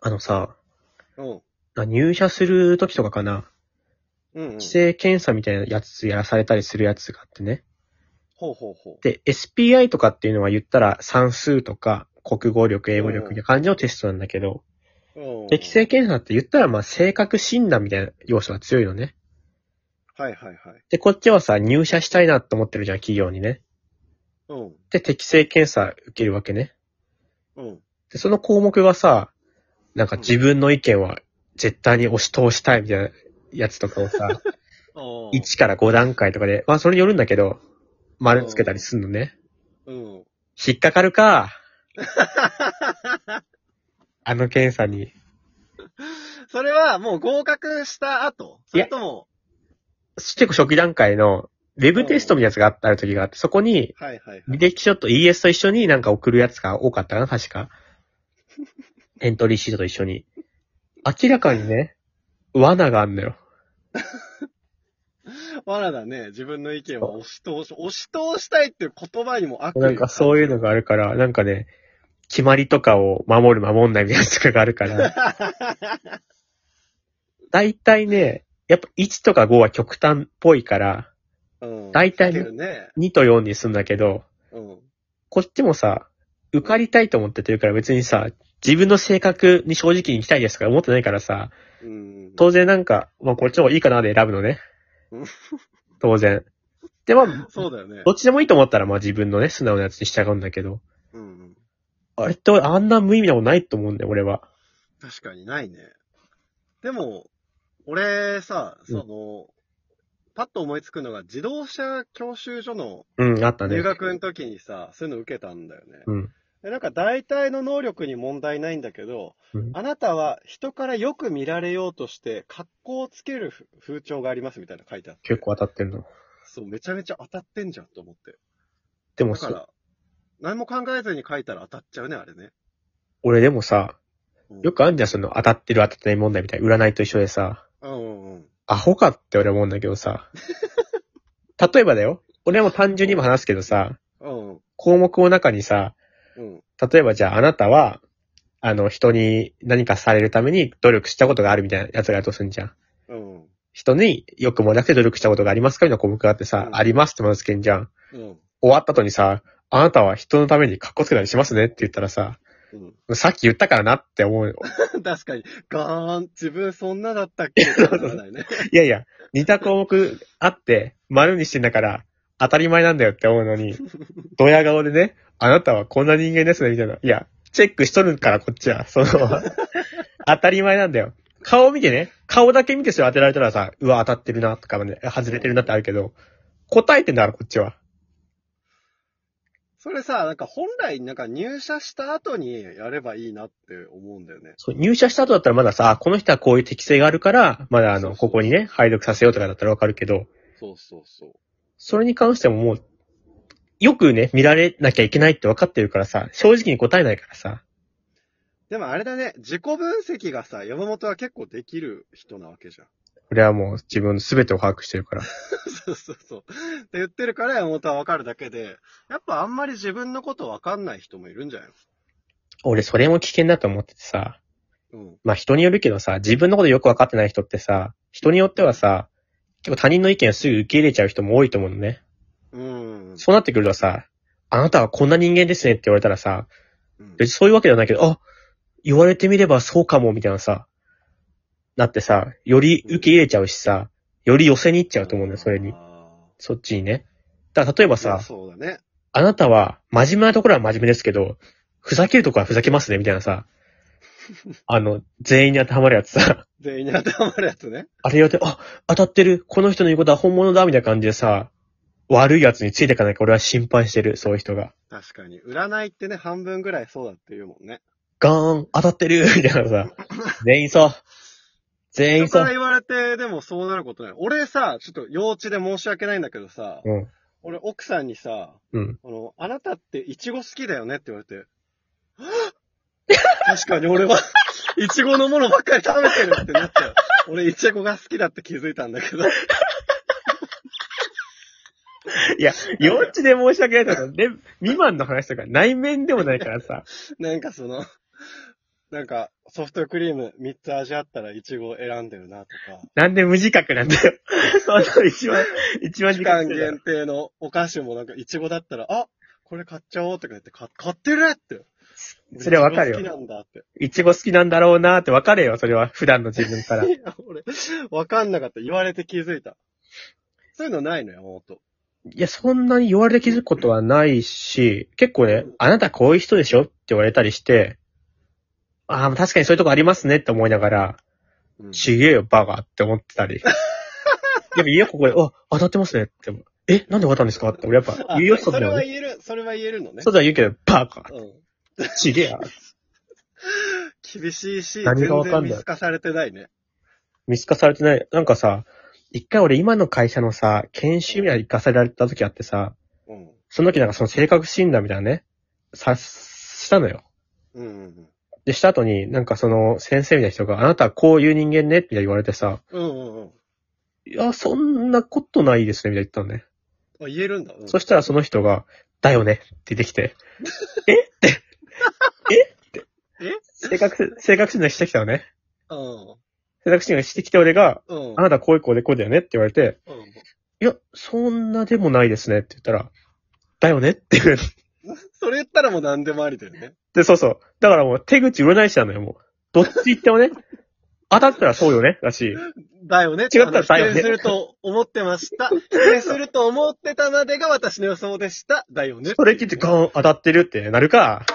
あのさ、うん。あ入社する時とかかな、うん、うん。規制検査みたいなやつやらされたりするやつがあってね。ほうほうほう。で、SPI とかっていうのは言ったら算数とか国語力、英語力みたいな感じのテストなんだけど、うん。適正検査って言ったらまあ性格診断みたいな要素が強いのね。はいはいはい。で、こっちはさ、入社したいなって思ってるじゃん、企業にね。うん。で、適正検査受けるわけね。うん。で、その項目がさ、なんか自分の意見は絶対に押し通したいみたいなやつとかをさ、うん。 1から5段階とかで、まあそれによるんだけど、丸つけたりすんのね。うん。引っかかる か。あの検査に。それはもう合格した後それとも、結構初期段階の、ウェブテストみたいなやつがあったある時があって、そこに、はいはいはい。履歴書と ES と一緒になんか送るやつが多かったかな、確か。エントリーシートと一緒に。明らかにね、罠があんだよ。罠だね。自分の意見を押し通し、押し通したいっていう言葉にも悪意なんかそういうのがあるから、なんかね、決まりとかを守る守んないみたいなやつとかがあるから、だいたいね、やっぱ1とか5は極端っぽいから、 うん。大体いけるね。 2と4にすんだけど、うん。こっちもさ、受かりたいと思っててるから別にさ、自分の性格に正直に行きたいですとか思ってないからさ、うん。当然なんか、まあこっちの方がいいかなで選ぶのねうん。当然。で、まあ、そうだよねど。っちでもいいと思ったらまあ自分のね、素直なやつに従うんだけど、うん。あれってあんな無意味なことないと思うんだよ、俺は。確かにないね。でも、俺さ、うんその、パッと思いつくのが自動車教習所のうん、あったね。入学の時にさ、そういうの受けたんだよね。うん。でなんか大体の能力に問題ないんだけど、うんあなたは人からよく見られようとして格好をつけるふ風潮がありますみたいなの書いてあって。結構当たってるの。そう、めちゃめちゃ当たってんじゃんと思って。でもだかさ、ら、何も考えずに書いたら当たっちゃうね、あれね。俺でもさ、うんよくあるじゃん、その当たってる当たってない問題みたいな。占いと一緒でさ、うんうんうん。アホかって俺思うんだけど さ。例えばだよ。俺も単純にも話すけどさ、うん項目の中にさ、うん。例えばじゃああなたは、あの人に何かされるために努力したことがあるみたいなやつがあるとすんじゃん。うん。人によくもなくて努力したことがありますかみたいな項目があってさ、うんありますってまずけんじゃん。うん。終わった後にさ、あなたは人のために格好つけたりしますねって言ったらさ、うん。 さっき言ったからなって思うよ。確かに、ガーン、自分そんなだったっけってならないね。いやいや、似た項目あって、丸にしてんだから、当たり前なんだよって思うのに、ドヤ顔でね、あなたはこんな人間ですね、みたいな。いや、チェックしとるから、こっちは。その、当たり前なんだよ。顔を見てね、顔だけ見てそれ当てられたらさ、うわ、当たってるな、とかね、外れてるなってあるけど、答えてんだから、こっちは。それさ、なんか本来なんか入社した後にやればいいなって思うんだよね。そう入社した後だったらまださ、あこの人はこういう適性があるから、まだあそうの、そうここにね、配属させようとかだったらわかるけど、そうそうそう。それに関してももう、よくね、見られなきゃいけないって分かってるからさ、正直に答えないからさ。でもあれだね、自己分析がさ、山本は結構できる人なわけじゃん。俺はもう自分の全てを把握してるから。そうそうそう。って言ってるから山本はわかるだけで、やっぱあんまり自分のことわかんない人もいるんじゃない俺それも危険だと思っててさ、のまあ人によるけどさ、自分のことよく分かってない人ってさ、人によってはさ、結構他人の意見をすぐ受け入れちゃう人も多いと思うのね。うん。うん。そうなってくるとさ、あなたはこんな人間ですねって言われたらさ、うん別にそういうわけではないけど、あ、言われてみればそうかも、みたいなさ。だってさ、より受け入れちゃうしさ、より寄せに行っちゃうと思うんだよ、それに。あそっちにね。だから例えばーいやさ、そうだね。あなたは真面目なところは真面目ですけど、ふざけるところはふざけますね、みたいな さ。あの、全員に当てはまるやつさ。全員に当てはまるやつね。あれやって、あ、当たってる。この人の言うことは本物だ、みたいな感じでさ、悪いやつについていかないか俺は心配してる、そういう人が。確かに。占いってね、半分ぐらいそうだって言うもんね。ガーン、当たってる、 みたいなさ。全員そう。全員人そかうら。言われて、でもそうなることない。俺さ、ちょっと幼稚で申し訳ないんだけどさ、うん。俺奥さんにさ、うん。あの、あなたってイチゴ好きだよねって言われて、 はぁ確かに俺は、イチゴのものばっかり食べてるってなっちゃう。俺イチゴが好きだって気づいたんだけど。いや、幼稚で申し訳ないけど、で、未満の話とか内面でもないからさ、なんかその、なんか、ソフトクリーム3つ味あったらイチゴ選んでるなとか、なんで無自覚なんだよ。 その一番、一番期自覚間してる限定のお菓子もなんかイチゴだったら、あこれ買っちゃおうとか言って、か買ってるって。 それはわかるよイチゴ好きなんだって。 いちご好きなんだろうなーって分かれよ、それは。普段の自分から。いや、俺、わかんなかった。言われて気づいた。そういうのないのよ、山本。いや、そんなに言われて気づくことはないし、結構ね、あなたこういう人でしょって言われたりして、ああ、確かにそういうとこありますねって思いながら、うんちげえよ、バカって思ってた り。でも家ここで、あ、当たってますねって思う。え、なんで分かったんですかって俺やっぱあ言うよ、外そでれははね。言える、それは言えるのね。外では言うけど、バカうん。ちげえや。厳しいし、何がわ全かんない然見透かされてないね。見透かされてない。なんかさ、一回俺今の会社のさ、研修みたいに行かせられた時あってさ、うん。その時なんかその性格診断みたいなね、さ、したのよ。うんうんで、した後に、なんかその先生みたいな人が、あなたはこういう人間ね、みたいに言われてさ、うん。うんうんうん。いや、そんなことないですね、みたいに言ったのね。あ、言えるんだ。うんそしたらその人が、だよね、って出てきて、えって、ええって、性格、性格診断してきたのね。うん。性格診断してきて俺が、うんあ。なたはこういう子でこうだよねって言われて、うんいや、そんなでもないですねって言ったら、だよねって 言う。それ言ったらもう何でもありだよね。で、そうそう。だからもう手口占い師なのよ、もう。どっち行ってもね、当たったらそうよね、だし、だよね。違ったらだよね否定すると思ってました。否定すると思ってたまでが私の予想でした。だよね。それ聞いてガーン当たってるってなるか、